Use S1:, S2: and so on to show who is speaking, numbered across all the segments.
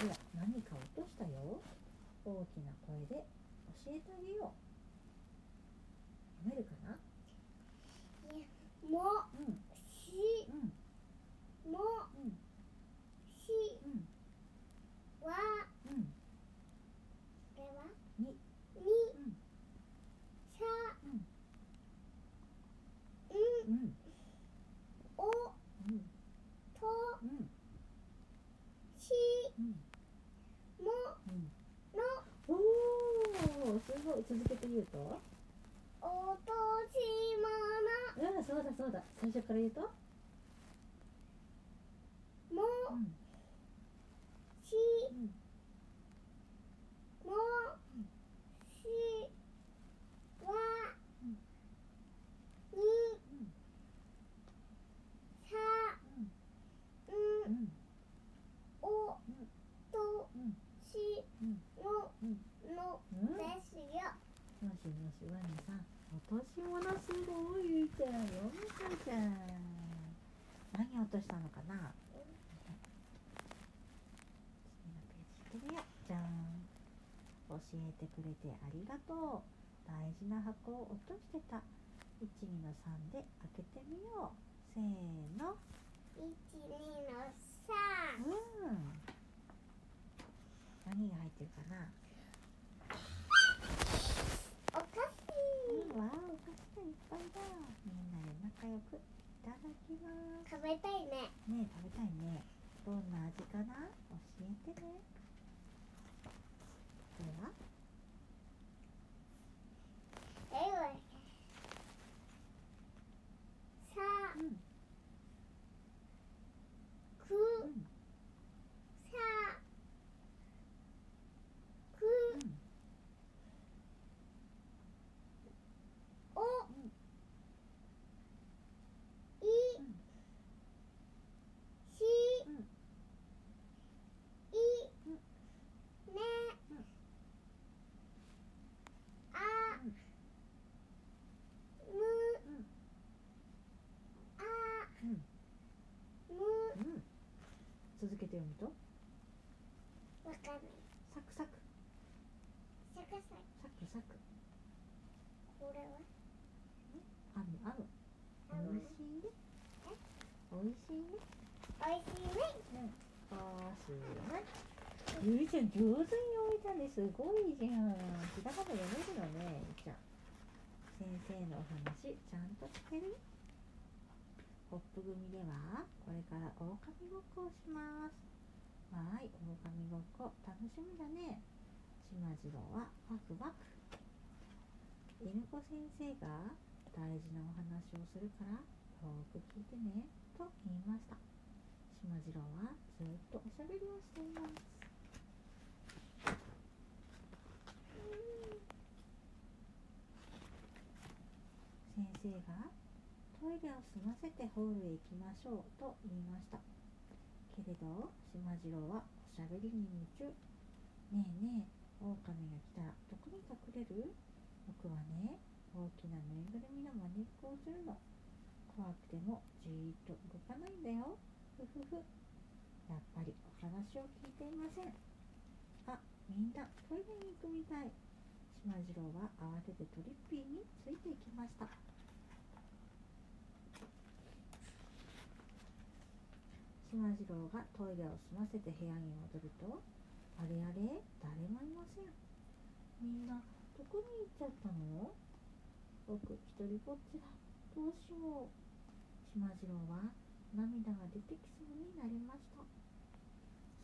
S1: か落としたよ大きな声で教えてあげよう読めるかない
S2: やも
S1: うん
S2: し
S1: うん
S2: も
S1: うん
S2: し
S1: うん
S2: わ
S1: うん
S2: これは
S1: に
S2: に
S1: うん
S2: さ
S1: うん
S2: ん
S1: うん
S2: お
S1: うん
S2: と
S1: うん
S2: し
S1: うん
S2: も
S1: うん
S2: の
S1: おおすごい続けて言うと
S2: おとし
S1: うんそうだそうだ最初から言うと
S2: もの
S1: う
S2: も
S1: ん
S2: し
S1: うん
S2: もしわ
S1: うん
S2: に
S1: うん
S2: さ
S1: うんうんん
S2: おと
S1: うん
S2: し
S1: うん
S2: も
S1: うん
S2: の
S1: うん
S2: ですよ
S1: もしもしワニさん落とし物すごいじゃんよみたいじゃん何落としたのかな次のページ行ってみようじゃん教えてくれてありがとう大事な箱を落としてた12の3で開けてみようせーの
S2: 一二の三
S1: うん何が入ってるかな
S2: おかし
S1: うんわーお菓子がいっぱいだみんなで仲良くいただきます
S2: い食べたいね
S1: ねえ食べたいねどんな味かな教えてねこれは
S2: えいわさ
S1: うん
S2: く
S1: うん
S2: さく
S1: うん
S2: お
S1: ん
S2: い
S1: うん
S2: し
S1: うん
S2: い
S1: うん
S2: ね
S1: うん
S2: あ
S1: うん
S2: む
S1: うん
S2: あ
S1: うん
S2: む
S1: うん続けて読むと
S2: わかんない
S1: サクサク
S2: さかさ
S1: サクサク
S2: これは
S1: あむあむ
S2: あ
S1: おい
S2: む
S1: しいねおいしいね
S2: おいしいね
S1: おしいねゆりちゃん上手に読めたねすごいじゃんひらがな読めるのねゆりちゃん先生のお話ちゃんと聞けるホップ組ではこれから狼ごっこをしますわーい狼ごっこ楽しみだねしまじろうはワクワク犬子先生が大事なお話をするからよーく聞いてねと言いましたしまじろうはずっとおしゃべりをしています先生がトイレを済ませてホールへ行きましょうと言いましたけれどしまじろうはおしゃべりに夢中ねえねえ狼が来たらどこに隠れる僕はね大きなぬいぐるみのまねっこをするの怖くてもじーっと動かないんだよ ふふふやっぱりお話を聞いていませんあみんなトイレに行くみたいしまじろうは慌ててトリッピーについていきましたしまじろうがトイレを済ませて部屋に戻るとあれあれ誰もいませんみんなどこに行っちゃったの僕一人ぼっちだどうしようしまじろうは涙が出てきそうになりました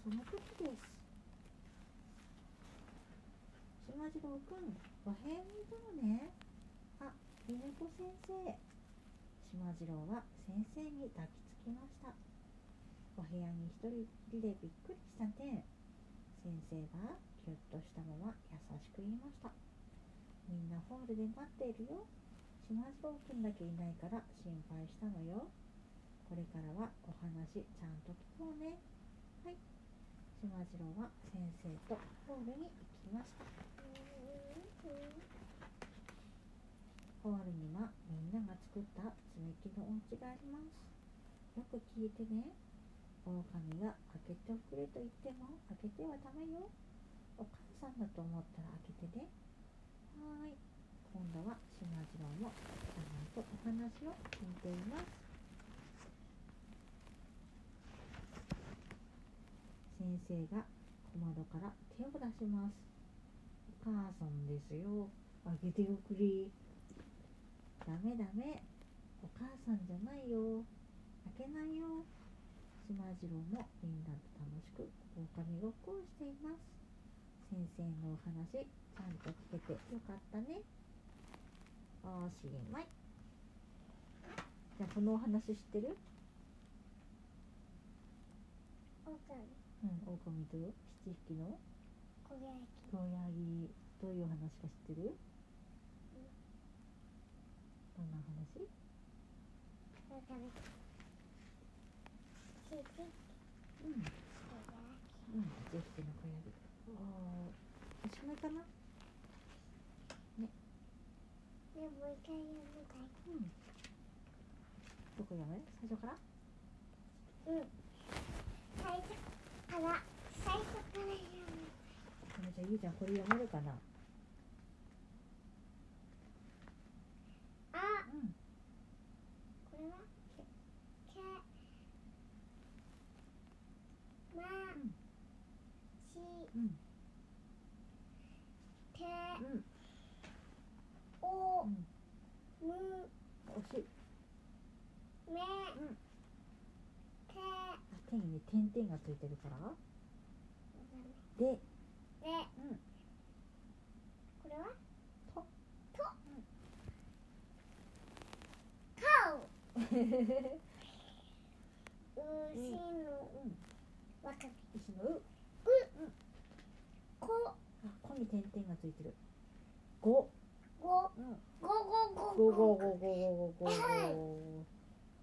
S1: その時ですしまじろうくんお部屋にいたのねあ犬子先生しまじろうは先生に抱きつきましたお部屋に一人きりでびっくりしたね先生がキュッとしたまま優しく言いましたみんなホールで待っているよしまじろうくんだけいないから心配したのよこれからはお話ちゃんと聞こうねはいしまじろうは先生とホールに行きましたホールにはみんなが作った積み木のお家がありますよく聞いてね狼が開けておくれと言っても開けてはダメよお母さんだと思ったら開けてねはーい今度はしまじろうもちゃんとお話を聞いています先生が小窓から手を出しますお母さんですよ開けておくれダメダメお母さんじゃないよ開けないよしまじろうもみんなと楽しく狼ごっこをしています先生のお話ちゃんと聞けてよかったねおしまいじゃあこのお話知ってる
S2: 狼
S1: うん、狼と七匹の
S2: 小焼き
S1: 黒ヤギどういうお話か知ってるどんな話
S2: わかめ七匹小焼
S1: うん、うん、
S2: き
S1: 七匹の小ヤギおーおしまいかな
S2: でもう一回読みた
S1: う
S2: い
S1: んどこやめ最初から
S2: うん最初から最初から読む
S1: あじゃあゆうちゃんこれ読めるかな
S2: あ
S1: うん
S2: これはけけま
S1: ん
S2: し
S1: うん
S2: て
S1: うん
S2: お
S1: うん
S2: む
S1: 惜しい
S2: め
S1: ん
S2: て
S1: あ手にね点々がついてるからでう
S2: で
S1: ん
S2: これは
S1: と
S2: と かううし
S1: う
S2: の
S1: ん
S2: わかめ
S1: 牛のう
S2: こ
S1: あこに点々がついてる五
S2: ご
S1: うん
S2: ご
S1: 五
S2: ご
S1: 五五五五五五五。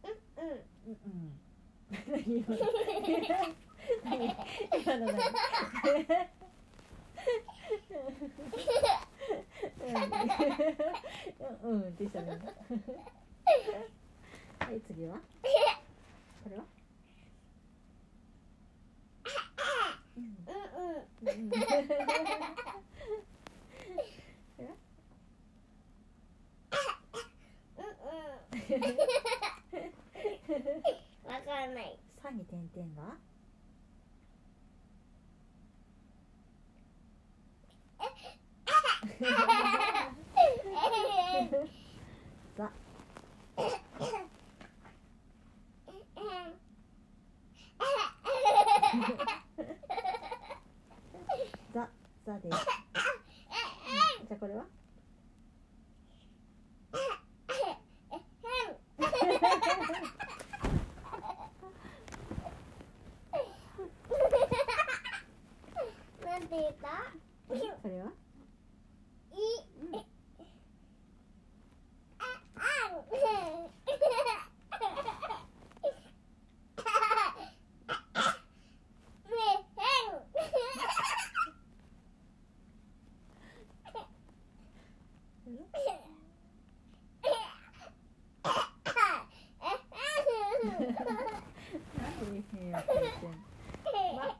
S1: うんうん。うんうん。う
S2: ごご
S1: んうん。何今の？何今の何？うんうんでしたね。はい次は？これは？うん
S2: うんう
S1: う
S2: ん
S1: ん。
S2: うんうん。わかんない。
S1: 三に点々が？ザザザです。じゃあこれは？
S2: なんて言った？
S1: これは？
S2: い、あ、あ、
S1: 何でやってるの？
S2: いいよ。
S1: これは？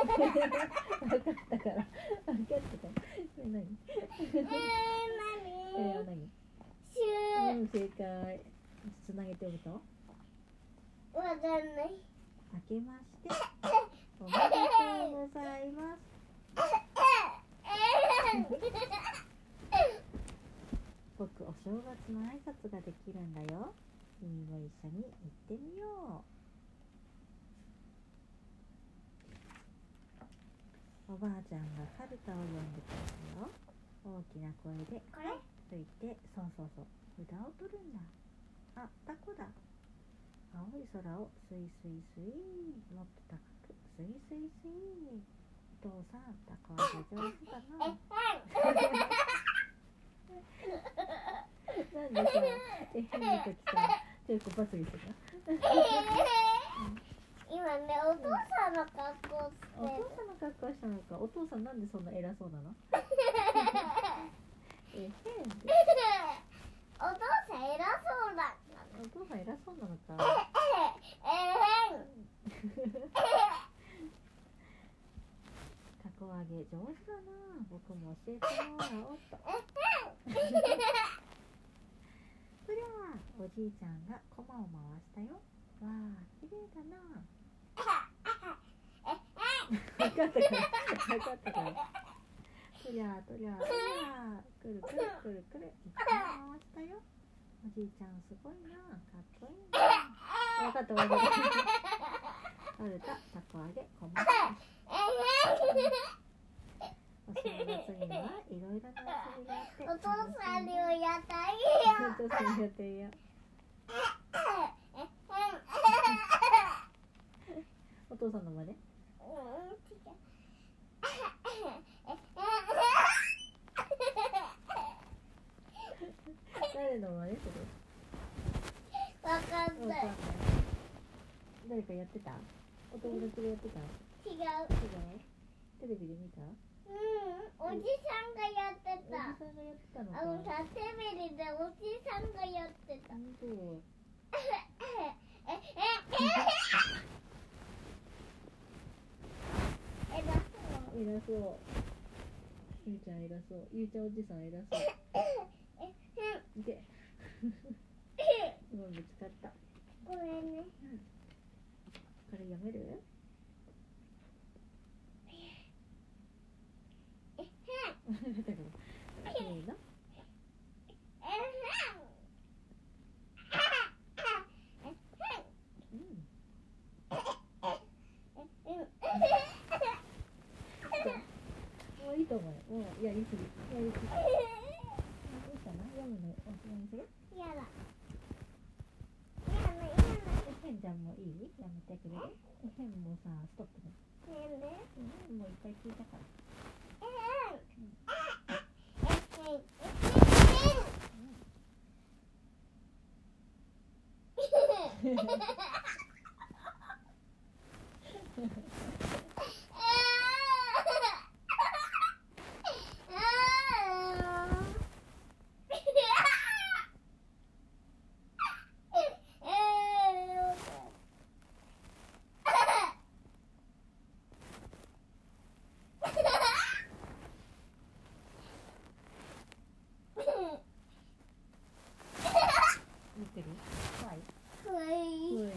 S1: 分かったから分かったから何
S2: えー、な
S1: これは
S2: に
S1: 何
S2: シュ
S1: うん正解つなげておくと
S2: ーわかんない。
S1: 開けましておめでとうございます僕お正月の挨拶ができるんだよ君も一緒に行ってみようおばあちゃんがカルタを読んでくれたよ大きな声で
S2: これ
S1: と言ってそうそうそう札を取るんだあタコだ青い空をスイスイスイもっと高くスイスイスイお父さんタコは上手だななんでさえ変な時さちょっとバツにしてた
S2: 今ね、お父さんの格好
S1: お
S2: して
S1: 父
S2: る
S1: さんの格好したのかお父さんなんでそんな偉そうなのえへんって
S2: えお父さん偉そうだった
S1: お父さん偉そうなのか
S2: えーん
S1: たこ揚げ上手だな僕も教えてもらおうっとそりゃあおじいちゃんが駒を回したよわあ綺麗だな分かったから分かったからとりゃあとりゃあとりゃあくるくるくるくるいっぱい回したよおじいちゃんすごいなかっこいいな分かった分かった春田たこ揚げこまお正月にはいろいろな遊びがあって
S2: お父さんにはやだ
S1: お
S2: よ
S1: 父さんやってるよお父さんのまで誰のまでそれ
S2: わか
S1: お母
S2: んな
S1: さ
S2: い
S1: ん誰かやってたお友達がやってた
S2: 違う
S1: 違うテレビで見た
S2: うんおじさんがやって
S1: おじ
S2: た
S1: さんがやってたのか
S2: あのさテレビでおじさんがやってた
S1: 本当
S2: ええええだそう
S1: 偉そうゆうちゃん偉そうゆうちゃんおじさん偉そう
S2: え
S1: いて今ぶつかったこ
S2: ごめんね
S1: れ読めるだ
S2: え
S1: からせーのうんもういいと思うよもうやりすぎやりすぎあいいかな読むのおしまいにする
S2: やだ
S1: ヘンちゃんもいいやめてくれるヘンもさストップねうんもういっぱい聞いたから見てる怖い怖い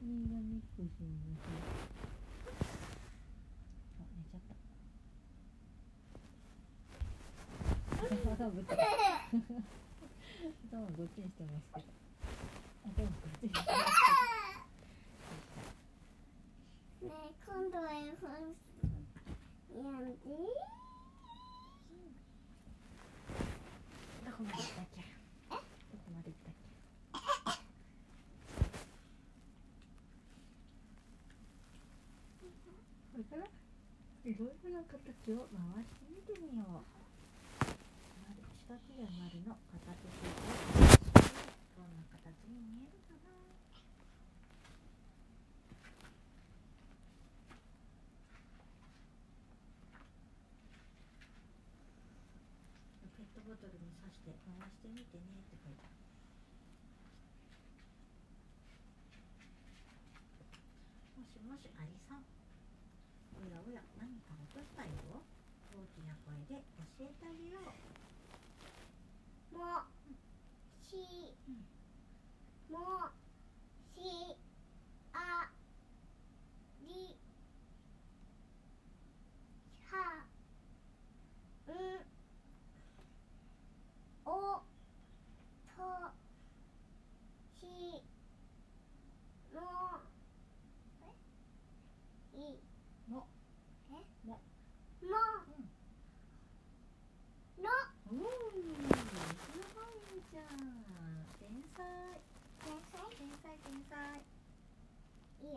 S1: 新潟ミックスの日あ寝ちゃった頭ぶっちゃけ頭ごっちにしてますけど頭ごっちにしてます
S2: ねえ今度は絵本やんで
S1: どこまで行ったっけどこまで行ったっけこれからいろいろな形を回してみてみよう丸四角や丸の形とどんな形に見えるかなペットボトルに刺して回してみてねって書いてある。もしもし、アリさん。おやおや、何か落としたよ。大きな声で教えてあげよう。
S2: もしもしありはんおとしのえい
S1: も
S2: え
S1: も
S2: もの
S1: おー、すごいじゃん。天才。
S2: 野菜
S1: 天才、天才。
S2: いい
S1: い
S2: よ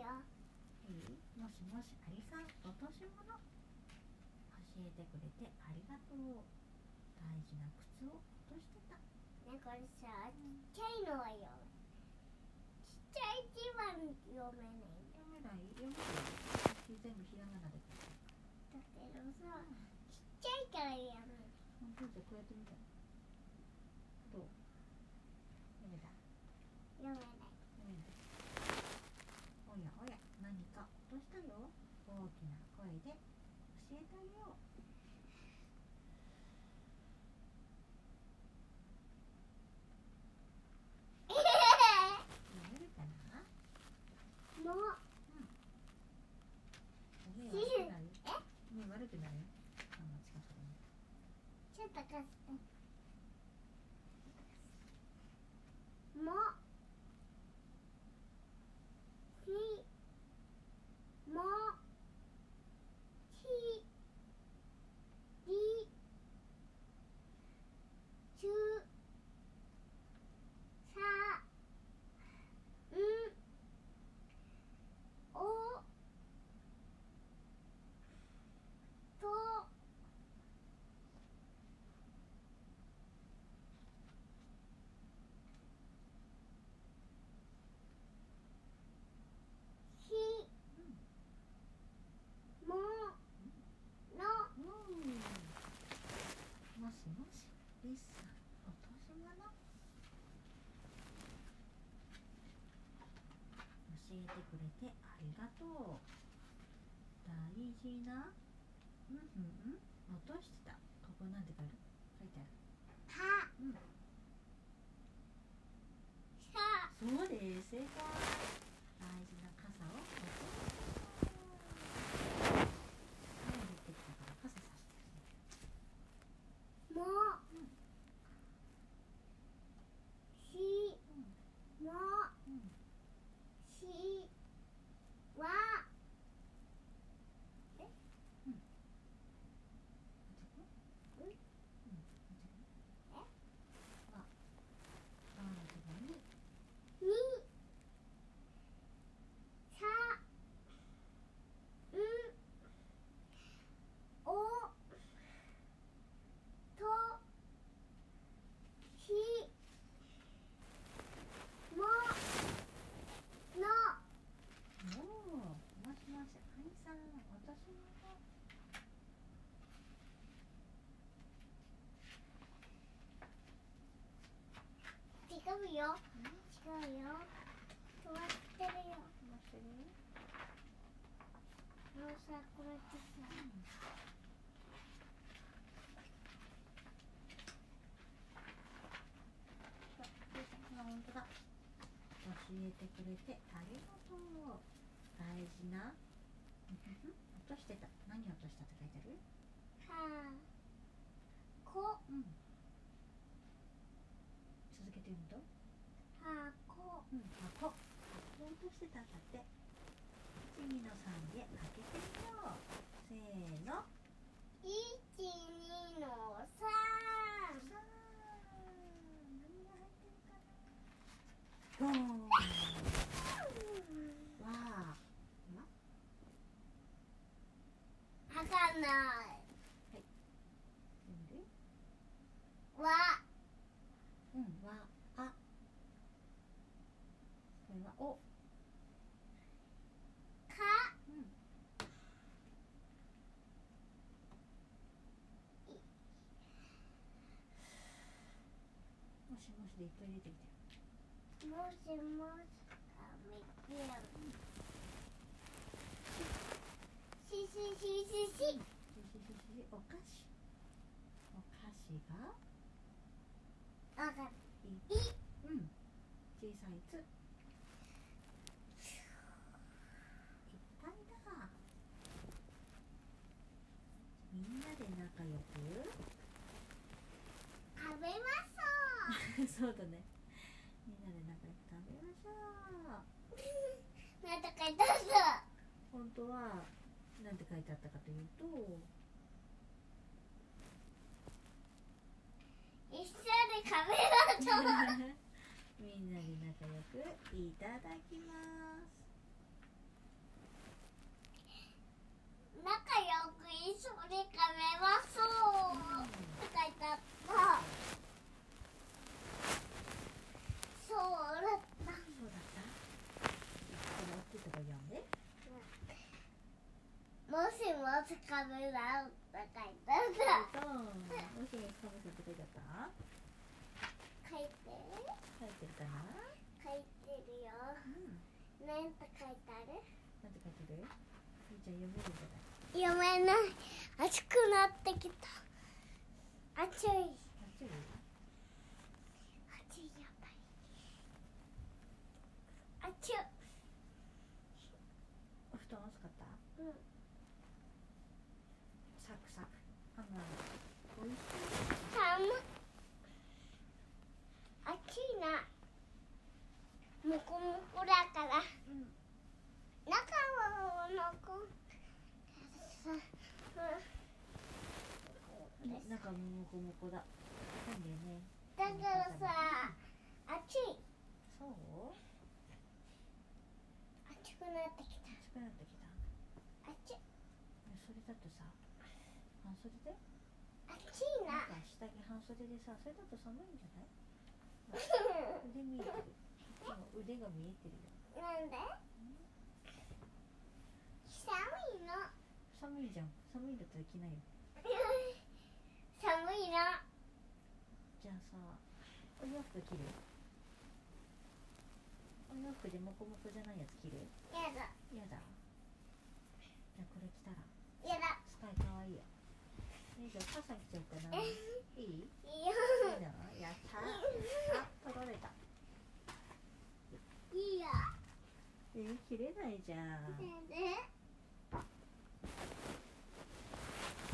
S1: いもしもし、アリさん、落とし物。教えてくれてありがとう。大事な靴を落としてた。
S2: ねこれさちっちゃいのは読めちっちゃい字は読めないんだ
S1: 読めない読めない。全部ひらがなで書いてある
S2: だけどさちっちゃいからやめ
S1: 本当にこうやってみたらどうやめた
S2: やめな
S1: やめ
S2: い
S1: たおやおや何か落としたよ大きな声で教えてあげようやめるかな
S2: もう
S1: 目悪くなる目悪くなるあの近くでね
S2: ちょっと貸してもひもひりちゅさんおとひもの
S1: もしもし、リスさん、落とし物教えてくれてありがとう。大事な、うんうんうん、落としてた。ここなんて書いてある書いてある。
S2: か
S1: うん、
S2: さ
S1: そうです、正解。大事な傘を落とした。雨降ってきたから傘さしてるね。
S2: もひも
S1: うん
S2: ひは
S1: あのとこに
S2: にさんおとひもの
S1: おお、もしもし、はいさん、私も。
S2: 違うよ違うよ止まってるよもうさこれってさ
S1: あ、本当だ。教えてくれてありがとう。大事な。落としてた。何落としたって書いてある。
S2: はこ
S1: うん。続けて読むと。
S2: はこ
S1: うん、箱。箱落としてたんだって。次の三で開けてみよう。せーの。
S2: 一二の
S1: さあ、何が入ってるかな。
S2: 三
S1: ドーン。わあ、
S2: わかんない
S1: 読んで。
S2: わ
S1: うん、わあ。これはお。
S2: か
S1: うん。もしもしでいっぱい出てきてる。
S2: もしもしかみきゅんししししし
S1: ししししお菓子。お菓子が。
S2: わかった
S1: うん。小さいつ。いっぱいだ。みんなで仲良く。
S2: 食べましょう
S1: そうだね。みんなで仲良く食べましょう。
S2: なんとかどうぞ
S1: 本当は、なんて書いてあったかというと、
S2: 一緒に食べようと思う
S1: みんなで仲良くいただきます。
S2: 仲良く一緒に食べましょうって書いてあったそうだった
S1: そうだった。この大きいとこ読んで。
S2: もしもしつかむなとか言ったんだ
S1: そうおしかぶせてくれちゃった
S2: 書いて
S1: 書いてるかな
S2: 書いてる
S1: う
S2: よ
S1: ん
S2: なんて書いてある
S1: なんて書いてるゆうちゃん読めるんじゃない
S2: 読めない暑くなってきた暑い
S1: 大丈夫
S2: 暑いやばい暑い
S1: お布団暑かった
S2: うん
S1: サクサクあんなおいし
S2: 寒い暑いなもこもこだから
S1: いうん
S2: 中はおなかさうん
S1: ねなんかもこもこだなんだよね
S2: だからさ暑い
S1: そう
S2: 暑くなってきた
S1: 暑くなってきた
S2: 暑い
S1: ねそれだとさ半袖で
S2: 暑い
S1: なんか
S2: な
S1: 下着半袖でさそれだと寒いんじゃない腕見えてるでも腕が見えてるよ
S2: なんで寒いの
S1: 寒いじゃん寒いんだったら着ないよ
S2: 寒い
S1: じ
S2: の
S1: ゃあさお洋服着るお洋服でモコモコじゃないやつ着る
S2: やだ
S1: やだじゃあこれ着たら
S2: やだ
S1: スカイかわいいよねえじゃあお母さん着ちゃおうかないいい
S2: いい
S1: い
S2: よ
S1: いなやったあ取られた
S2: いいよ
S1: えー、切れないじゃん
S2: なんで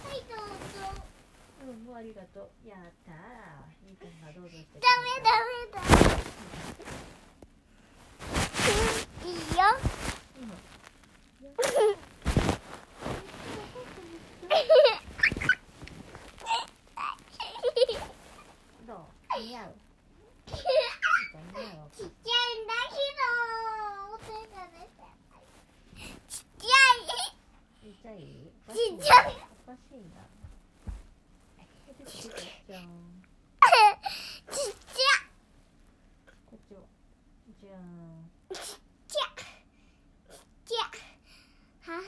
S2: はいどうぞ
S1: うんもうありがとうやったーみーちゃんがどうぞって
S2: ダメダメだ。いいよ。
S1: 今どう似合うみーちゃん似合う
S2: ちっちゃいんだけど、お手が出てないちっちゃ
S1: ちっちゃいおかし
S2: い。ち
S1: い
S2: っ
S1: なおかしいなこっちこ
S2: ちゃい。
S1: っちじゃん
S2: ちっち
S1: こっちをじゃん
S2: ゃ。ちっちゃ。は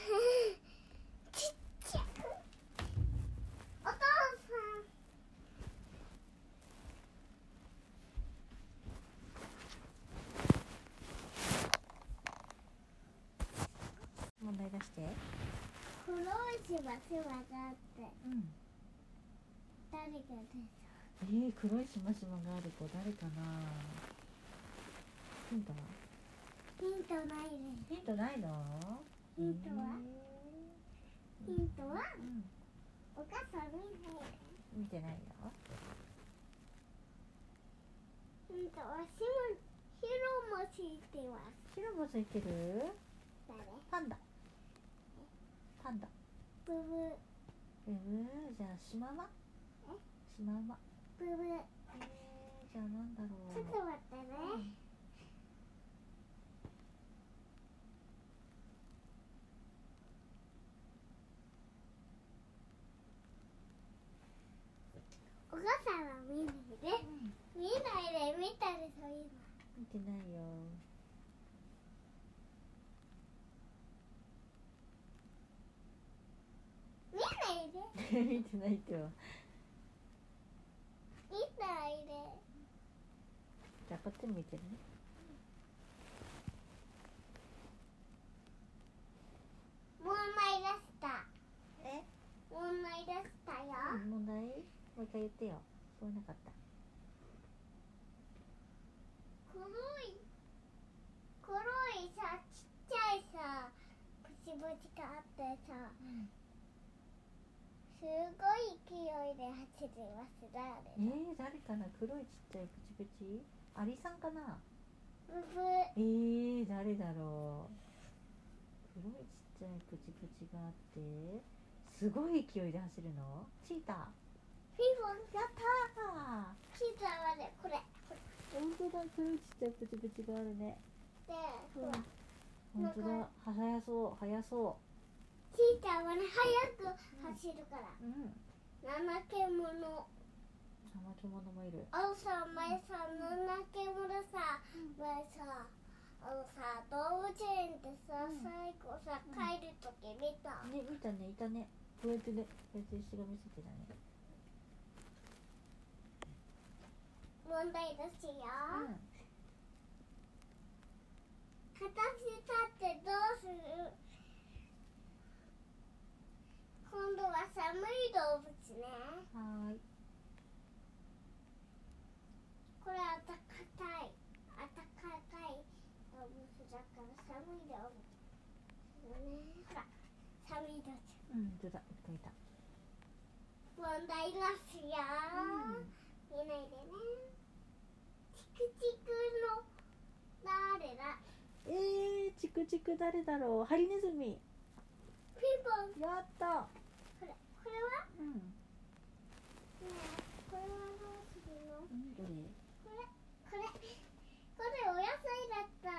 S2: ちっちゃ。お父さん。
S1: 問題出して
S2: 黒いしばしばだって
S1: うん
S2: 誰が出た
S1: えー、黒いしましまがある子誰かなヒントは
S2: ヒントないね。
S1: ヒントないの
S2: ヒントはヒントは
S1: えーうん
S2: お母さん見ないね。
S1: 見てないよ
S2: ヒントはしも、ひろもしってます。
S1: 白もついてる
S2: 誰
S1: パンダパンダ
S2: ブブ、
S1: うーんじゃあシマウマシマウマ
S2: ブブ。
S1: えー、じゃあなんだ
S2: ちょ
S1: ろ
S2: っ
S1: う
S2: と待ってね。お母さんは見ないで。見ないで、見たでしょ、今。
S1: 見てないよ
S2: 見ないで。
S1: 見てないってよ
S2: 見ないで。
S1: じゃあこっち向いてるね
S2: 問題出した。え問題出したよ。
S1: 問題もう一回言ってよ聞こえなかった
S2: 黒い黒いさちっちゃいさプチプチがあってさ、
S1: ん
S2: すごい勢いで走りますだ
S1: えー、誰かな黒いちっちゃいプチプチアリさんかな
S2: ブブー
S1: えー、誰だろう黒いちっちゃいプチプチがあってすごい勢いで走るのチーター
S2: フィボン
S1: やったー
S2: キザまでこれこれ
S1: 本当だ黒いちっちゃいプチプチがあるね
S2: でほら
S1: 本当だ速そう速そ
S2: キザまで速く走るから、
S1: ううん
S2: 七けもの
S1: 怠け者もいる
S2: 青さん前さん七けものさ前さおあのさ動物園でさ
S1: うん
S2: 最後さ
S1: うん
S2: 帰る時見た、
S1: ね見たねいたねこうやってねこうやって後ろ見せてたね
S2: 問題ですよ、
S1: う
S2: 形立ってどうする今度は寒い動物ね
S1: んはーい
S2: これあったかたいあったかたい動物だから寒い動物だねほら寒い動物
S1: うん出たいっぱいいた
S2: 問題ですよ、見ないでねチクチクの誰だ
S1: えー、チクチク誰だろうハリネズミ
S2: ピンポン
S1: やった
S2: これこれは
S1: うん
S2: ねえこれはどうするの
S1: どれ
S2: これこれこれお野菜だった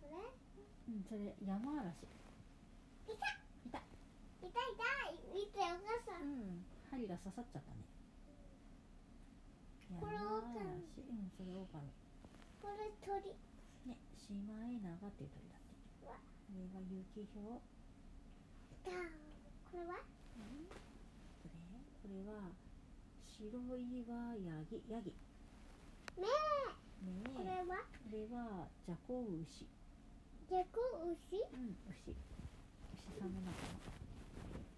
S2: これ
S1: うんそれ山嵐
S2: いた
S1: いた
S2: 痛い痛い見てお母さ
S1: うんん針が刺さっちゃったね
S2: これ
S1: 山嵐
S2: 狼
S1: うんそれオオカミ
S2: これ鳥
S1: ねシマエナガっていう鳥だって
S2: うわ
S1: これが有機表ど
S2: だこれは
S1: れこれは白岩ヤギヤギね
S2: 目
S1: え
S2: これは
S1: これはジャコウウシ
S2: 逆牛
S1: うん牛牛さんの仲間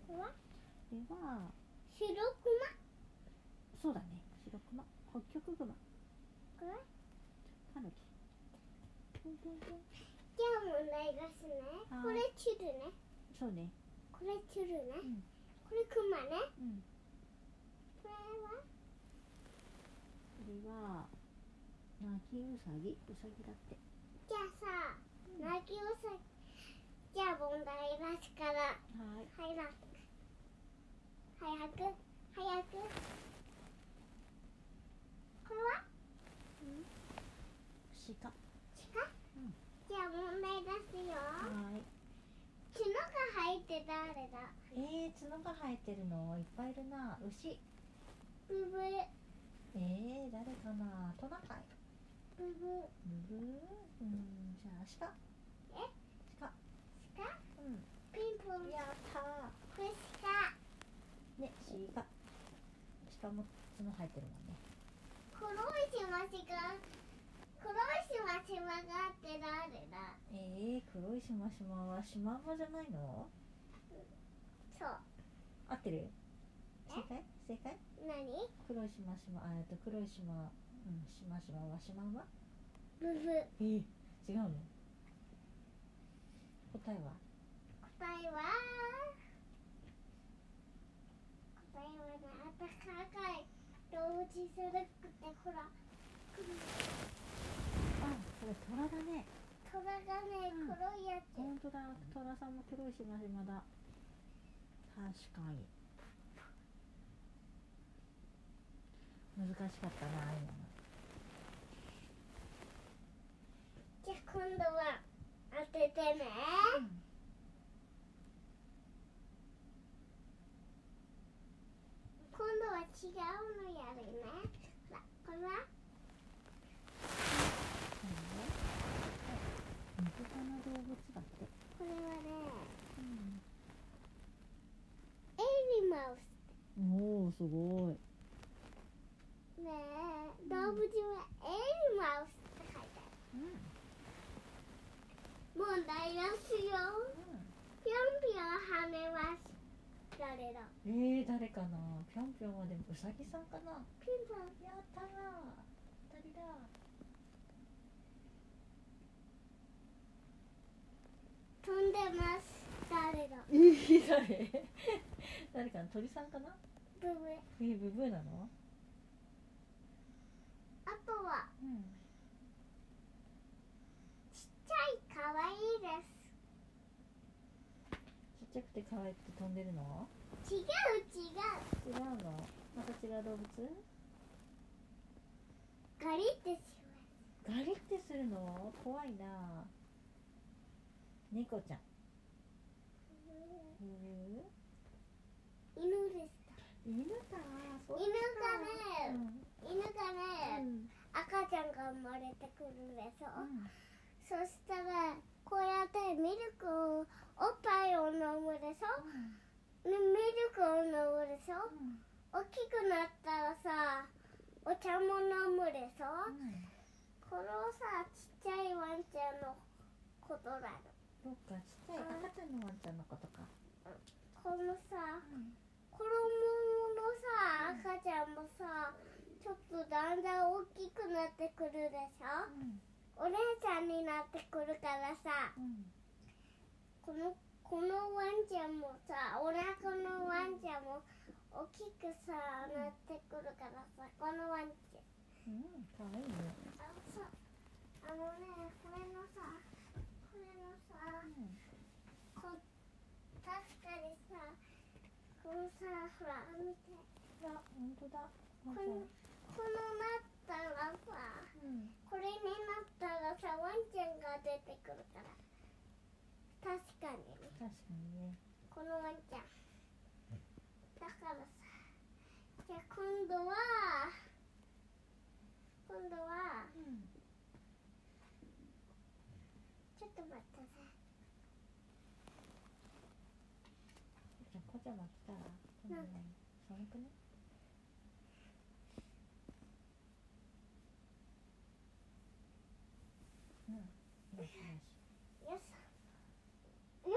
S2: これは
S1: これは
S2: 白熊
S1: そうだね白クマ北極熊
S2: これは
S1: タヌキ
S2: じゃあ問題ですね
S1: はい
S2: これチルね
S1: そうね
S2: これチルね、
S1: うん
S2: これクマね
S1: うん
S2: これは
S1: これはナギウサギウサギだって
S2: じゃあさ泣きうさじゃあ問題ですから
S1: はい
S2: はいら早く早くこれは
S1: 鹿
S2: 鹿、
S1: うん
S2: じゃあ問題ですよ
S1: はい
S2: 角が生えて誰だ
S1: えー、角が生えてるのいっぱいいるな牛
S2: ブブ
S1: えー、誰かなトナカイ
S2: ブブ
S1: ブブーうんじゃあ
S2: え
S1: 鹿鹿
S2: 鹿
S1: う
S2: ピンポン
S1: んやったー
S2: これ鹿
S1: ね、鹿。鹿も角生えてるもんね。
S2: 黒いしましが黒いしましまがあって誰だ
S1: ええ黒いシマシマはシマウマじゃないの？
S2: そう
S1: 合ってる？
S2: え
S1: 正解？正解？
S2: 何
S1: 黒いシマシマ、あえっと黒いシマ、うん、シマシマはシマウマ？
S2: ブブ
S1: えー、違うの？答えは？
S2: 答えは答えはねあったかい動物するくてほ
S1: あ、
S2: ら
S1: これ虎だね。
S2: 虎がね
S1: うん
S2: 黒いやつ、
S1: 本当だ。虎さんも黒いシマシマだ。確かに。難しかったな今の。
S2: じゃあ今度は当ててね、
S1: ん
S2: 今度は違うのやるねほらこれは
S1: 身近な動物だって。
S2: これはね
S1: うん
S2: エイリマウス
S1: おおすごい
S2: ねえ動物はエイリマウスって書いてある
S1: うん
S2: 問題ですよぴょんぴょん跳ねます誰だ
S1: えー、誰かなぴょんぴょんはでもうさぎさんかな
S2: ピンポン
S1: やったー当たりだ
S2: 飛んでます誰だ
S1: えー、誰誰かな鳥さんかな
S2: ブブ
S1: えー、ブブーなの
S2: あとは
S1: うん
S2: ちっちゃいかわいいで
S1: ちっちゃくて可愛くて飛んでるの
S2: す違う違う
S1: 違うのまた違う動物
S2: ガリってし
S1: ガリってするの怖いな猫ちゃん
S2: ま
S1: ブブ
S2: う犬ですか
S1: ー犬か
S2: 犬がね
S1: うん
S2: 犬がね、
S1: うん
S2: あ赤ちゃんが生まれてくるで
S1: う
S2: しょ、
S1: ん
S2: そしたらこうやってミルクをおっぱいを飲むでしょ、ねミルクを飲むでしょ、大きくなったらさお茶も飲むでしょ、
S1: うん
S2: このさちっちゃいワンちゃんのことなの
S1: そっか、ちっちゃい赤ちゃんのワンちゃんのことか。
S2: このさ
S1: うん
S2: 子供のさ赤ちゃんもさちょっとだんだん大きくなってくるでしょお姉ちゃんになってくるからさ
S1: うん
S2: このこのワンちゃんもさお腹のワンちゃんも大きくさなってくるからさこのワンちゃ
S1: う
S2: ん
S1: ん、かわいいね。
S2: あそうあのねこれのさこれのさこ確かにさこのさほら見てこの
S1: 本当だ。
S2: こ
S1: 本当
S2: のこのなったらさ
S1: うん。
S2: これになったらさワンちゃんが出てくるから確かにね
S1: 確かにね。
S2: このワンちゃんだからさじゃあ今度は今度はちょっと待ってさ
S1: じゃあ、こちゃま来たら。
S2: ん
S1: うん。寒くね。うん。よしよし
S2: よいしょよいし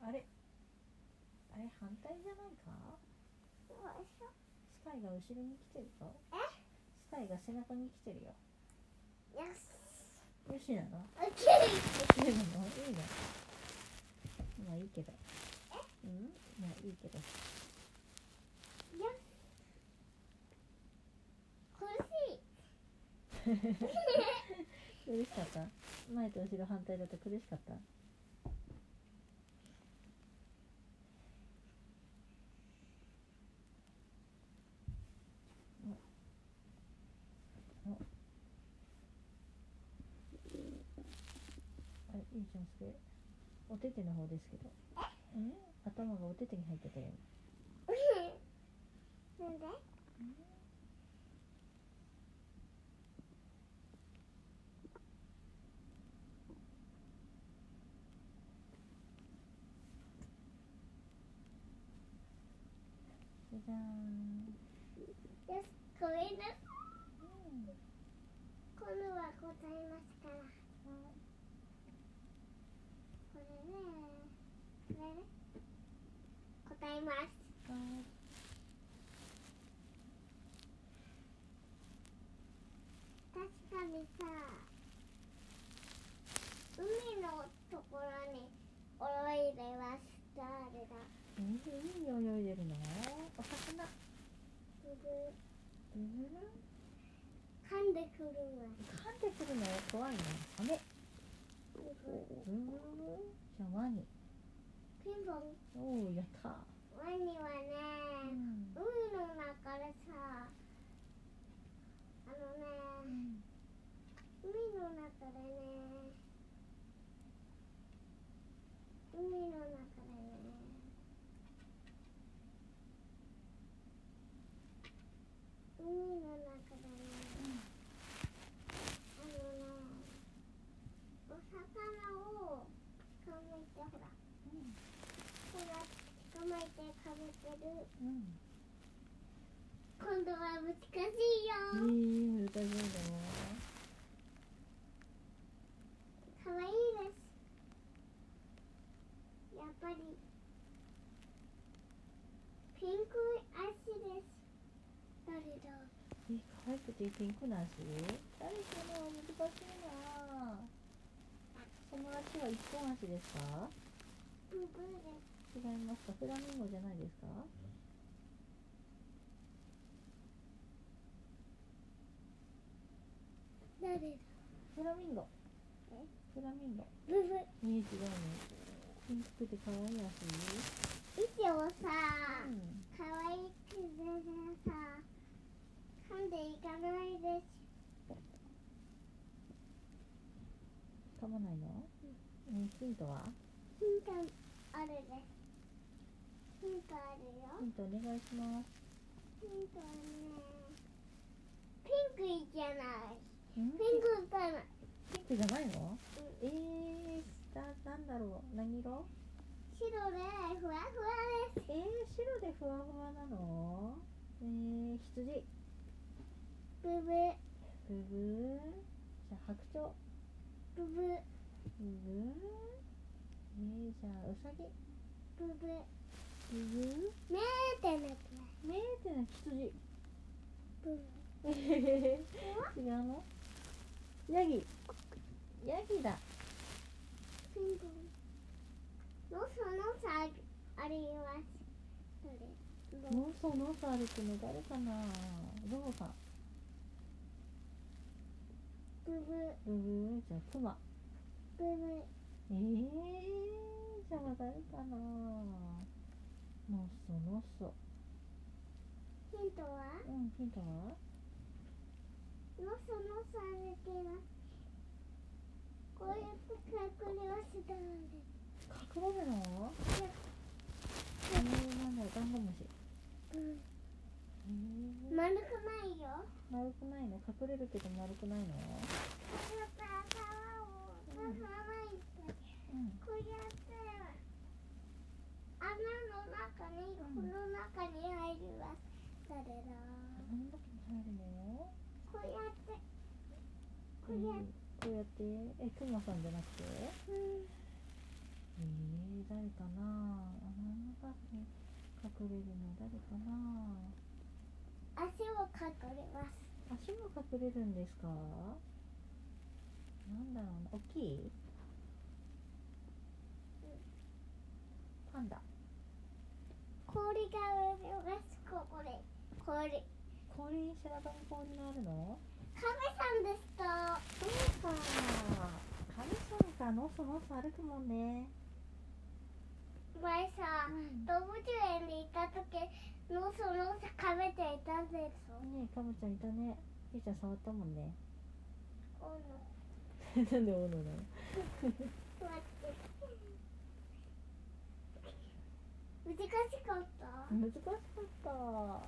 S1: あれ。あれ、反対じゃないか。
S2: ょよいしょ
S1: スカイが後ろに来てるぞ。
S2: え
S1: スカイが背中に来てるよ。
S2: よし
S1: よしなの。
S2: オッケー
S1: いいのいいのまあいいけどうんまあいいけど
S2: よし苦しい
S1: 苦しかった前と後ろ反対だと苦しかったおおあれいいじゃんそれお手手の方ですけどうん頭がお手手に入ってたよ
S2: なんで
S1: じゃじゃーん
S2: よしごめんなさい
S1: うん
S2: 今度は答えますからこれねこれね答えます
S1: はい
S2: 確かにさ海のところに泳いでます誰だ
S1: えー、海に泳いでるのお魚
S2: ブブ
S1: うん
S2: 噛んでくるわ
S1: 噛んでくるの怖いねあれ
S2: ブブ
S1: うんじゃあワニ
S2: ピンポン
S1: おおやった
S2: ワニは
S1: うん
S2: ね、海の中でさあの
S1: う
S2: ね
S1: ん
S2: 海の中でね海の中でね海の中でね、あのねお魚を捕まえてほらほら捕まえてかぶってる
S1: うん
S2: 今度は難しい
S1: え
S2: よ
S1: ー、難しいんだね
S2: 可愛いです。やっぱりピンクい足です。誰だ？
S1: えー、可愛くてピンクな足誰かな難しいなその足は一本足ですか
S2: ブブーで
S1: 違い
S2: す。
S1: ますかフラミンゴじゃないですか
S2: 誰だ？
S1: フラミンゴ
S2: え
S1: フラミンゴ
S2: ブブー。
S1: えー、違うねピンクで可愛い足
S2: 息をさ、
S1: うん
S2: 可愛く全然さ、噛んでいかないです。
S1: 噛まないの、うん、ヒントは
S2: ヒントあるです。ヒントあるよ
S1: ヒ。ントお願いします
S2: ヒントはね、ピピンクいいじゃない
S1: ピン
S2: ピンクかな
S1: ピンクじゃないの
S2: うん
S1: えー、だなんだろう何色
S2: 白でふわふわです
S1: えー、白でふわふわなのえー、羊
S2: ブブ
S1: ブブーじゃあ白鳥
S2: ブ
S1: ブ
S2: ブ
S1: ブーえー、じゃあウサギ
S2: ブブ
S1: ブブー
S2: 目ってなくない
S1: 目ってのは羊
S2: ブブ
S1: えへへ違うのヤギヤギだ
S2: ピンクのそのさありますそれ
S1: ノーソノーソ歩くの誰かなゾウさん
S2: ブブ
S1: ブブーじゃあクマ
S2: ブブ
S1: えー、じゃあ誰かなのっそのっそ
S2: ヒントは
S1: うんヒントは
S2: のそのされてますこうやって隠れをしたので
S1: 隠れるのえー、なんだろうダンゴムシ
S2: す
S1: えー、
S2: 丸くないよ
S1: 丸くないの隠れるけど丸くないの
S2: だから皮をそのままいって
S1: うん
S2: こうやって穴の中にこの中に入りますそれ
S1: あ
S2: だ
S1: んだけ入るの
S2: こうやって
S1: えー
S2: こうやって
S1: こうやってえクマさんじゃなくて
S2: うん
S1: えー、誰かなあの中に隠れるの誰かな
S2: 足を隠れます
S1: 足も隠れるんですかなんだろうな大きいパンダ
S2: 氷がありますここで氷
S1: 氷に白髪に氷があるの
S2: カメさんです と
S1: そうか神さんがのそのそ歩くもんね
S2: 前さ、
S1: うん
S2: 動物園でいた時のそのカメちゃんいたんですよ
S1: ねえカムちゃんいたねゆうちゃん触ったもんね
S2: この
S1: なんでおるのね
S2: 待って難しかった
S1: 難しかった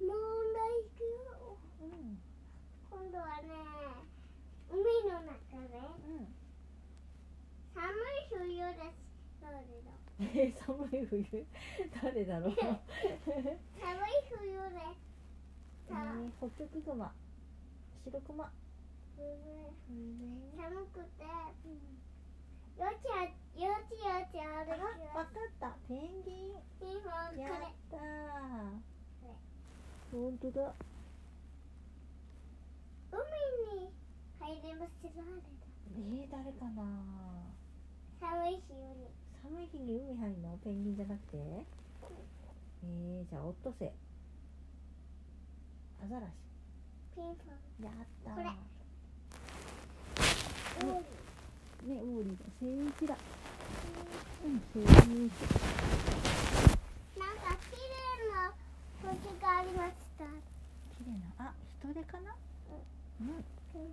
S2: 問題いくよ
S1: うん
S2: 今度はね海の中ね
S1: うん
S2: 寒い冬ですどうでだ
S1: えー寒い冬誰だろう
S2: 寒い冬です
S1: え
S2: さ、
S1: ーホッキョクグマ白クマ
S2: ブブ
S1: えー
S2: 寒くて、よちあよちよち歩
S1: あ、わ
S2: き
S1: か
S2: ま
S1: っ
S2: す
S1: た。ペンギ
S2: 今こ
S1: ン。や
S2: れ
S1: った
S2: これ
S1: ー。本当だ。
S2: 海に入りますよ
S1: えー、誰かな。
S2: 寒い冬に
S1: 寒い日に海入るの？ペンギンじゃなくて？えー、じゃあオットセイ。アザラシ。
S2: ピンポン
S1: やったー。
S2: これ
S1: うん
S2: 海
S1: ね、オーリーだ。セイウチだ。うん、セイウチ。
S2: なんか綺麗な星がありまし
S1: 綺
S2: た
S1: 麗な。あ、人手かな？うん。
S2: ピンポン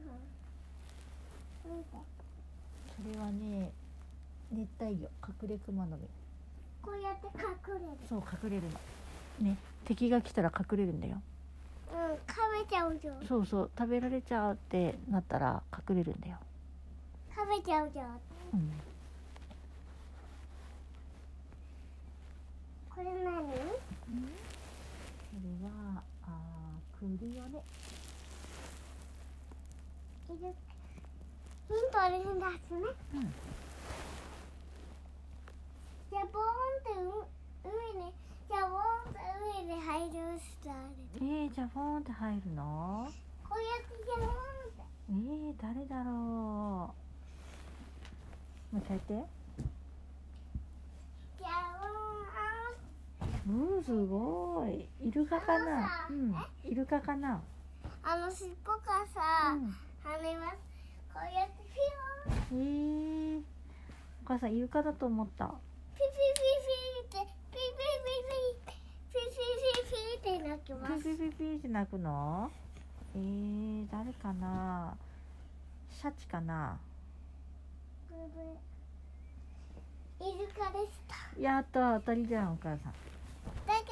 S2: 見て
S1: それはね、熱帯魚、隠れクマノミ。
S2: こうやって隠れる
S1: そう、隠れるの。ね、敵が来たら隠れるんだよ。
S2: うんカメちゃうじゃん
S1: そうそう食べられちゃうってなったら隠れるんだよ、
S2: カメちゃうじゃん
S1: うん、
S2: これ
S1: そ
S2: 何
S1: れはあークリオネ
S2: いるヒントあるんだすね。
S1: うん
S2: じゃあボーンってう海にじゃあボーンって海に入るしたある。
S1: えー、じゃあポーンって入るの
S2: こうやってじゃあボーンって
S1: えー、誰だろうもう一回やって
S2: じゃあボ
S1: うんすごいイルカかな
S2: あ
S1: う
S2: の
S1: ん
S2: さ
S1: イルカかな
S2: ーンあーんあの尻尾がさ、
S1: うん
S2: 跳ねます。こうやってピヨーン
S1: えー、お母さんイルカだと思った
S2: ピピピピってピピピピピピピピって鳴き
S1: ピ
S2: ます。
S1: ピピピって鳴くのえー、誰かなシャチかな
S2: ブブイルカでした。
S1: やっと当たりじゃんお母さん
S2: だけ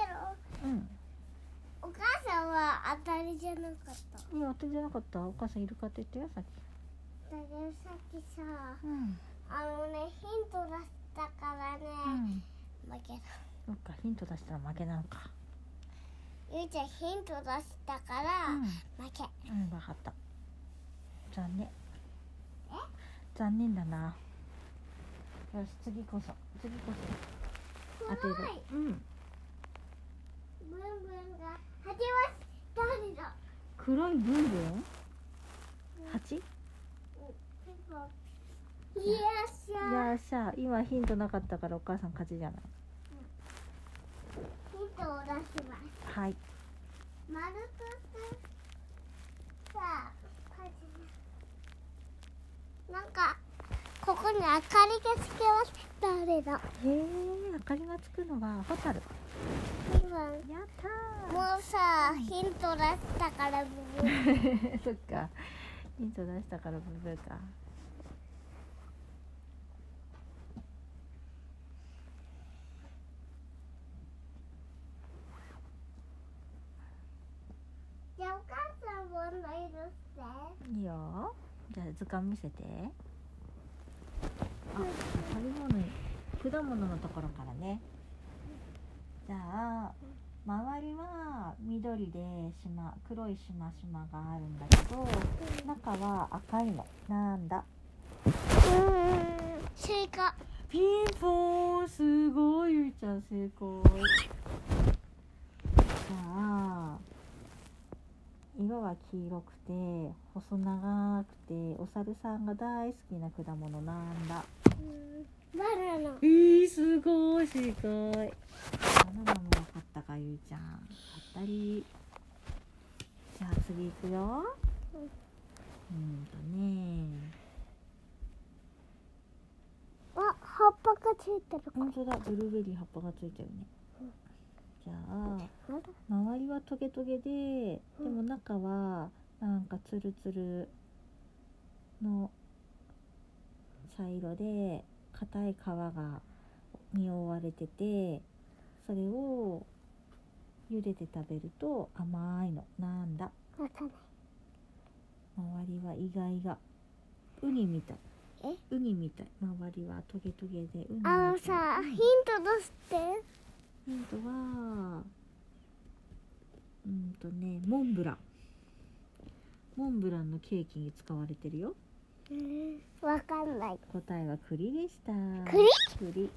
S2: ど。
S1: うん
S2: 泳お母さんは当たりじゃなかった
S1: いや当てじゃなかったお母さんイルカって言ってよさっき
S2: だけどさっきさ
S1: うん、
S2: あのねヒント出したから
S1: う
S2: ね、
S1: ん、
S2: 負けた
S1: そっかヒント出したら負けなのか
S2: ゆうちゃんヒント出したから、負け
S1: うん、うん、分かった残念残念だなよし次こそ次こそ当てる
S2: 怖い
S1: うん
S2: ブンブンが始まったんだ
S1: 黒いブンブン蜂い
S2: ピンポンいらっしゃい
S1: やーしゃあ今ヒントなかったからお母さん勝ちじゃない
S2: ヒントを出します
S1: はい
S2: 丸くしたさあこれなんかここに明かりがつけます誰だ
S1: へえ明かりがつくのはホタル
S2: 今
S1: やったー
S2: もうさヒント出したからブブ ー
S1: そっかヒント出したからブブーか
S2: じゃあお母さんもの色して
S1: いいよじゃあ図鑑見せてあ食べ物に果物のところからねじゃあ周りは緑で島黒い島々があるんだけど中は赤いのなんだ
S2: うんスイカ
S1: ピンポンすごいゆいちゃん成功じゃあ色は黄色くて細長くてお猿さんが大好きな果物なんだ
S2: バナナ
S1: えー、すごい正解バナナも分かったかゆいちゃん当たりじゃあ次いくよ
S2: う
S1: う
S2: ん
S1: んとね
S2: あ葉っぱがついてる
S1: 本当だブルーベリー葉っぱがついてるね
S2: うん
S1: じゃあ周りはトゲトゲでで
S2: うん
S1: も中はなんかツルツルの茶色で硬い皮がに覆われててそれを茹でて食べると甘いのなんだ
S2: わかんない
S1: 周りは意外がウニみたいウニみたい周りはトゲトゲでウニみたい
S2: あのさヒント出して
S1: ヒントはうんとねモンブランモンブランのケーキに使われてるよ
S2: うんわかんない
S1: 答えは栗でした
S2: 栗
S1: 栗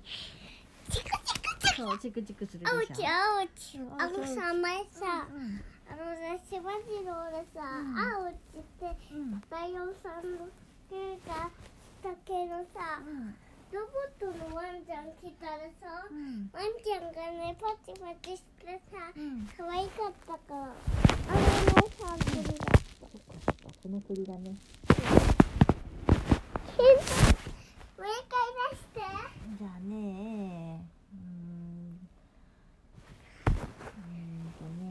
S2: チクチク
S1: そうチクチクするで
S2: あお
S1: し
S2: ち
S1: ょ
S2: あおち
S1: うん
S2: あのさ前さ
S1: うんうん
S2: あのさしばじろうでさ
S1: うん
S2: あおちって
S1: うん
S2: ライオンさんの毛がだけどさロボットのワンちゃん来たらさ
S1: うん
S2: ワンちゃんがねパチパチしてさ
S1: うん
S2: 可愛かったからあれもさ栗だ
S1: そっかそっかこの栗だね
S2: ヒントもう一回出して
S1: じゃあねうーんうーんとね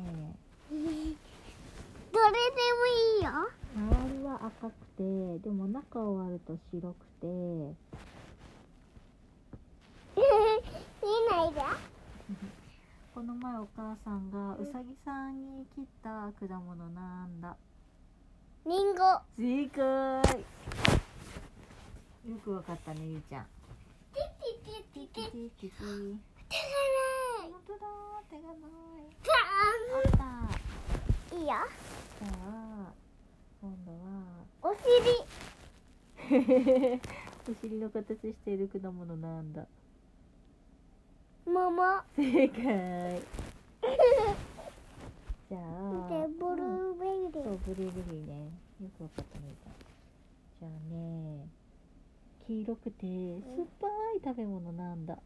S2: どれでもいいよ
S1: 周りは赤くてでも中を割ると白くて
S2: 見ないで。
S1: この前お母さんがうさぎさんに切った果物なんだ
S2: リンゴ。
S1: 正解よくわかったねゆいちゃん
S2: ティティティティテ
S1: 手
S2: ィ。
S1: が
S2: 手が
S1: 本
S2: ない。
S1: 当だ手がない
S2: パ
S1: あった
S2: ーン。いいよ。
S1: じゃあ今度は
S2: お尻。
S1: お尻の形している果物なんだ
S2: 桃。
S1: 正 解
S2: で
S1: じゃあ
S2: ブルーベリ
S1: そ
S2: ー。
S1: うブルーベリーねよくわかったねじゃあね黄色くて酸っぱい食べ物なんだ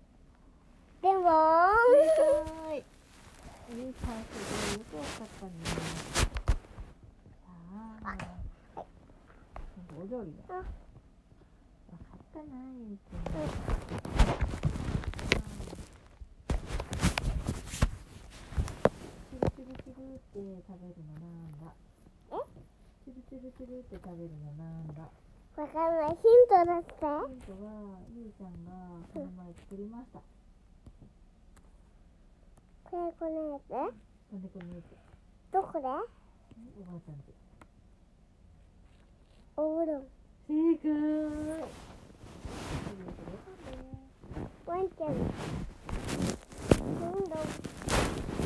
S2: レモン。
S1: はいいい感じでよくわかったねじゃあお料理だ
S2: うん
S1: わかったなゆうちゃん
S2: うん
S1: チルチルチルって食べるのなんだチルチルチルって食べるのなんだ
S2: わかんない。ヒントだって。
S1: ヒントはゆうちゃんがこの前作りました
S2: これこのやつ。
S1: なんでこのやつ
S2: どこで
S1: おばあちゃんち
S2: おうどん
S1: 正解
S2: ワンちゃんどんどん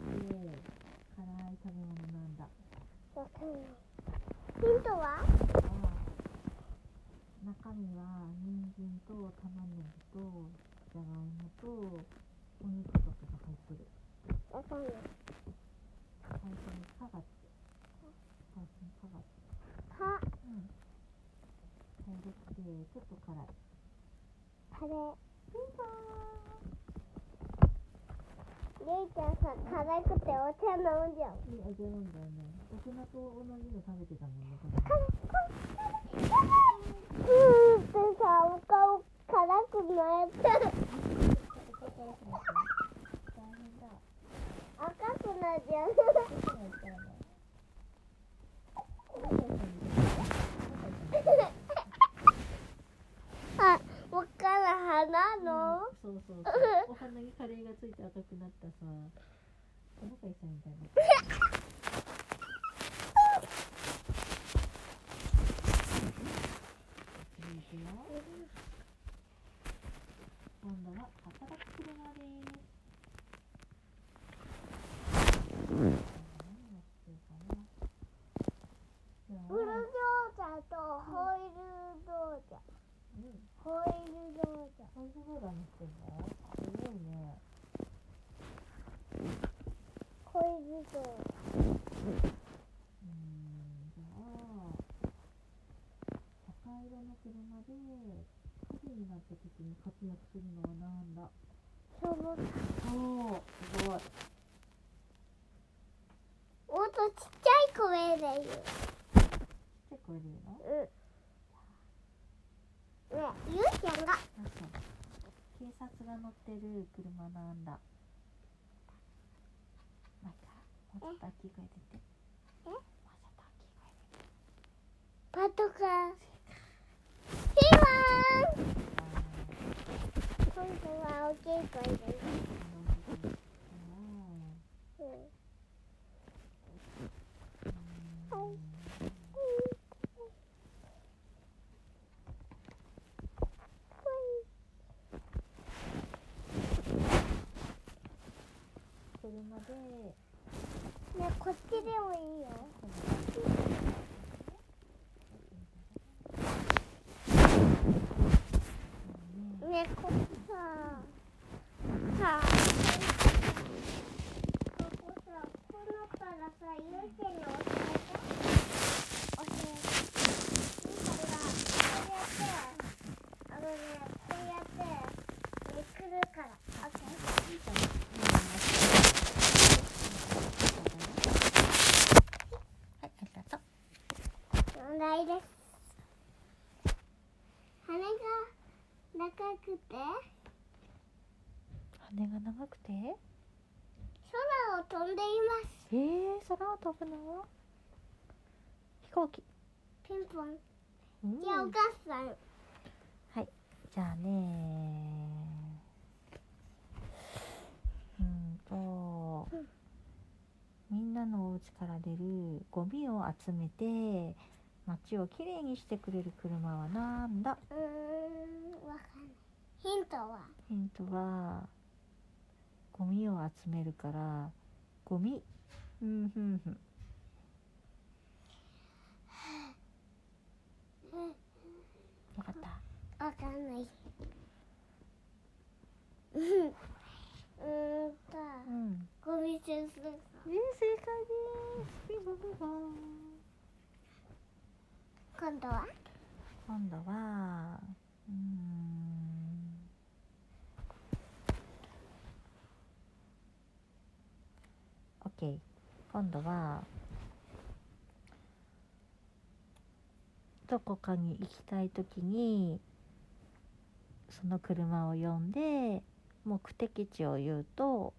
S1: 辛い食べ物なんだ
S2: わかんないヒントは
S1: 中身は人参と玉ねぎとじゃがいもとお肉とかが入ってる
S2: わかんない
S1: 最初に「か」がつく最初に「か」がつく
S2: か
S1: 茶色くてちょっと辛い
S2: カレーピンポーンレイちゃんさ辛くてお茶飲んじゃう
S1: いい味なんだよね大人と同じの食べてたもんね
S2: うーん、
S1: 子
S2: さ、お顔辛くなった。赤くなっちゃう。あ、わから鼻の
S1: 供。そうそうそうお花にカレーがついて赤くなったさおなか痛いみたいな次いくよ今度は働く車です何が必要かな今日
S2: ブルドー
S1: は
S2: ザーとホイールドーザー。
S1: うん
S2: ホイールドーザー。
S1: ホイールドーザーにしてんのすごいね
S2: ホイールドーザー。
S1: うーんじゃあ赤色の車で火事になった時に活躍するのはなんだ
S2: その
S1: おおすごい
S2: 音ちっちゃい声で言う。
S1: 結構いるの
S2: うん。ねえ、ゆうちゃんが
S1: なんか警察が乗ってる車なんだマイカもうちょっと大きい声で言って
S2: え
S1: もうちょっと大きい声で
S2: パトカー。ピワーン今度は大きい声で言う。うん。はい。
S1: 車で
S2: ねえ、こっちでもいいよ。ねえ、ここさ。さあ。ここさ、このからさ、ゆうちゃんに教えて。教えて。ゆうちゃんがこうやって。あのね、こうやって。めくるから。オッケー。
S1: はい、ありがとう。
S2: 問題です羽が長くて
S1: 羽が長くて、え
S2: 空を飛んでいます
S1: え空を飛ぶの？飛行機。
S2: ピンポン
S1: うん
S2: じゃあお母さん
S1: じゃあねうんと、みんなのお家から出るゴミを集めて街をきれいにしてくれる車はなんだ
S2: うーんわかんないヒントは
S1: ヒントはゴミを集めるからゴミうんふんふんわかった
S2: わかんないうんうーんと
S1: うん
S2: ゴミ先
S1: え
S2: 生
S1: ー、正解ですピンポンピンポン
S2: 今度は
S1: 今度はうーんオッケー今度はどこかに行きたい時にその車を呼んで目的地を言うと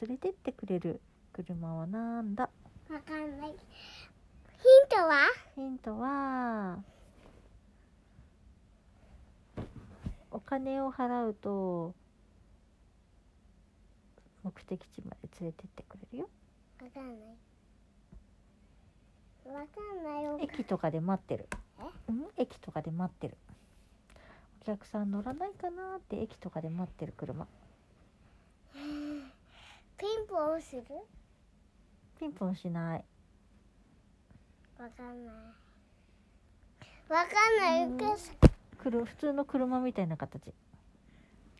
S1: 連れてってくれる車はなんだ
S2: わかんないヒントは
S1: ヒントはお金を払うと目的地まで連れてってくれるよ
S2: わかんない。わかんないよ。
S1: 駅とかで待ってるうん駅とかで待ってるお客さん乗らないかなって駅とかで待ってる車
S2: ピンポンする
S1: ピンポンしない
S2: わかんない。わかんない。うかさ
S1: くる普通の車みたいな形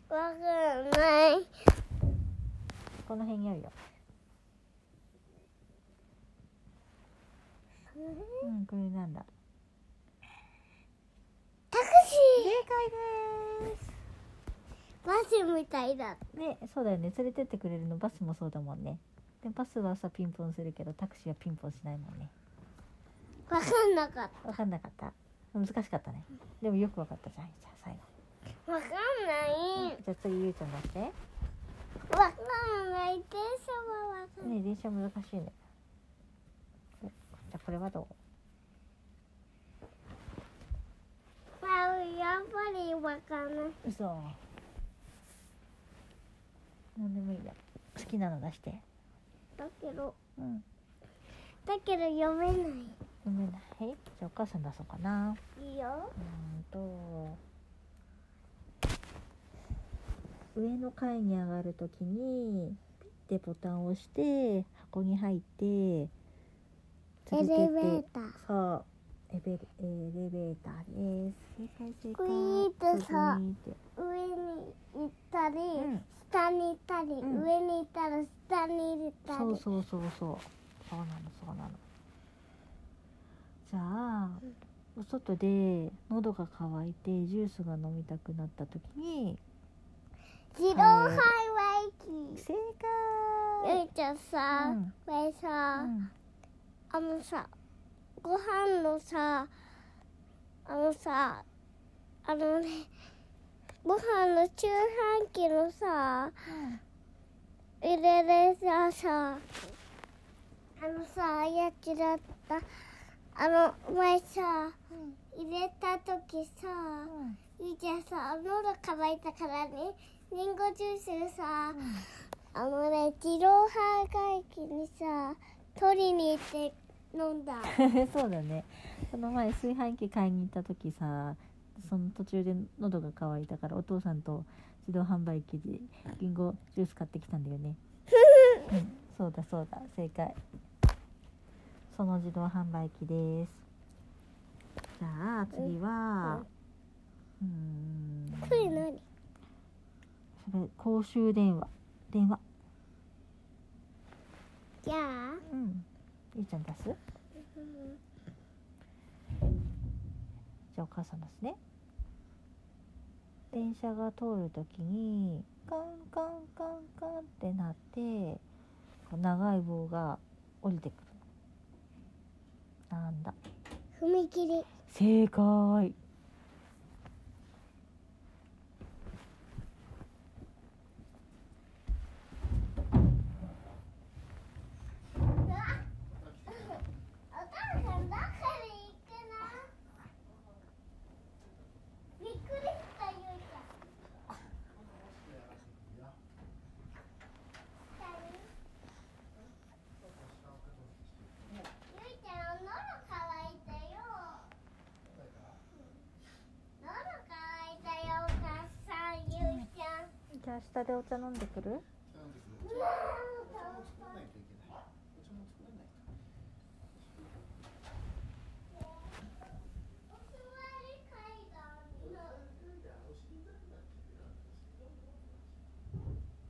S2: わかんない。
S1: この辺にあるよ、うん、これなんだ
S2: タクシー正解です。バスみたいだ。
S1: ねそうだよね連れてってくれるのバスもそうだもんねでバスはさピンポンするけどタクシーはピンポンしないもんね
S2: わかんなかっ
S1: 分かんなかった難しかったねでもよく分かったじゃんじゃあ最後、
S2: た。わかんない。
S1: じゃあ次ゆうちゃん出してね
S2: わかんない。電車はわかんない。
S1: 電車難しいねおじゃあこれはどう
S2: まあ、やっぱりわかんない。
S1: 嘘なんでもいいよ好きなの出して
S2: だけど、
S1: うん
S2: だけど読
S1: 読め
S2: めな。
S1: ないじゃあお母さん出そうかない
S2: いいよ。
S1: うーんと上の階に上がるときにピッてボタンを押して箱に入って
S2: エレベーター。
S1: そうエベエレベーターです正解正解
S2: グイーってさ
S1: グイーって
S2: 上に行ったり、
S1: ん
S2: 下に行ったり、
S1: ん
S2: 上に行ったら下に行ったり。
S1: そうそうそうそうそうなのそうなのじゃあお外で喉が渇いてジュースが飲みたくなった時に
S2: 自動販売機。
S1: 正
S2: ゆ
S1: 解
S2: いちゃんさ、
S1: うん
S2: これ
S1: う
S2: さ、
S1: ん
S2: あのさ、ご飯のさ、あのさ、あのね、ご飯の中飯器のさ、入れるさ、さ、あのさ、やつだった。あの、前さ、入れた時さ、ゆいちゃんさ、喉乾いたからね、りんごジュースさ、あのね、自動販売機にさ、取りに行って飲んだ。
S1: そうだね この前炊飯器買いに行った時さその途中で喉が渇いたからお父さんと自動販売機でりんごジュース買ってきたんだよね、うん、そうだそうだ正解その自動販売機ですじゃあ次はうーん
S2: これ何
S1: それ公衆電話電話
S2: じゃあ、
S1: うんゆうちゃん出すじゃあお母さん出すね電車が通るときにカンカンカンカンってなってこう長い棒が降りてくるなんだ
S2: 踏切。
S1: 正解
S2: お母さん、どこに行くのびっくりした、ゆいちゃん。ゆいちゃん、喉乾いたよ。喉乾いたよ、お母さん、ゆいちゃん。
S1: じゃあ下でお茶飲んでくる
S2: うわー